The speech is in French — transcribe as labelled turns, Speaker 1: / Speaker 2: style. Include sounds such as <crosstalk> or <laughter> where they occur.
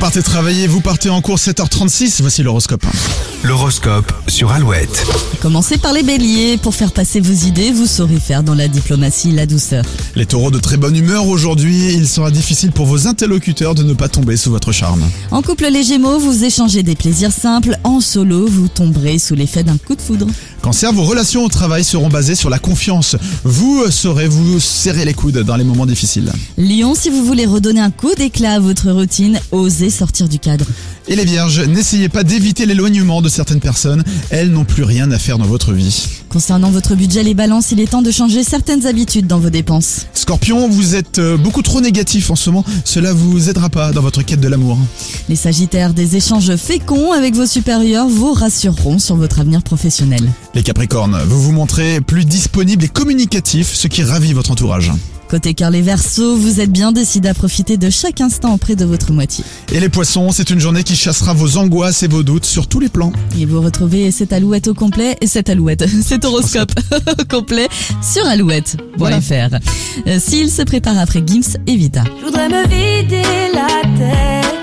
Speaker 1: partez travailler, vous partez en cours 7h36, voici l'horoscope.
Speaker 2: L'horoscope sur Alouette.
Speaker 3: Commencez par les béliers. Pour faire passer vos idées, vous saurez faire dans la diplomatie la douceur.
Speaker 1: Les taureaux de très bonne humeur aujourd'hui, il sera difficile pour vos interlocuteurs de ne pas tomber sous votre charme.
Speaker 3: En couple, les gémeaux, vous échangez des plaisirs simples. En solo, vous tomberez sous l'effet d'un coup de foudre.
Speaker 1: Cancer, vos relations au travail seront basées sur la confiance. Vous saurez vous serrer les coudes dans les moments difficiles.
Speaker 3: Lion, si vous voulez redonner un coup d'éclat à votre routine, osez sortir du cadre.
Speaker 1: Et les vierges, n'essayez pas d'éviter l'éloignement de certaines personnes, elles n'ont plus rien à faire dans votre vie.
Speaker 3: Concernant votre budget, les balances, il est temps de changer certaines habitudes dans vos dépenses.
Speaker 1: Scorpion, vous êtes euh, beaucoup trop négatif en ce moment, cela vous aidera pas dans votre quête de l'amour.
Speaker 3: Les sagittaires, des échanges féconds avec vos supérieurs vous rassureront sur votre avenir professionnel.
Speaker 1: Les capricornes, vous vous montrez plus disponible et communicatif, ce qui ravit votre entourage.
Speaker 3: Côté cœur, les versos, vous êtes bien décidés à profiter de chaque instant auprès de votre moitié.
Speaker 1: Et les poissons, c'est une journée qui chassera vos angoisses et vos doutes sur tous les plans.
Speaker 3: Et vous retrouvez cette alouette au complet, et cette alouette, <laughs> cet horoscope au complet sur alouette.fr. Euh, S'il se prépare après Gims, Evita.
Speaker 4: Je voudrais me vider la tête.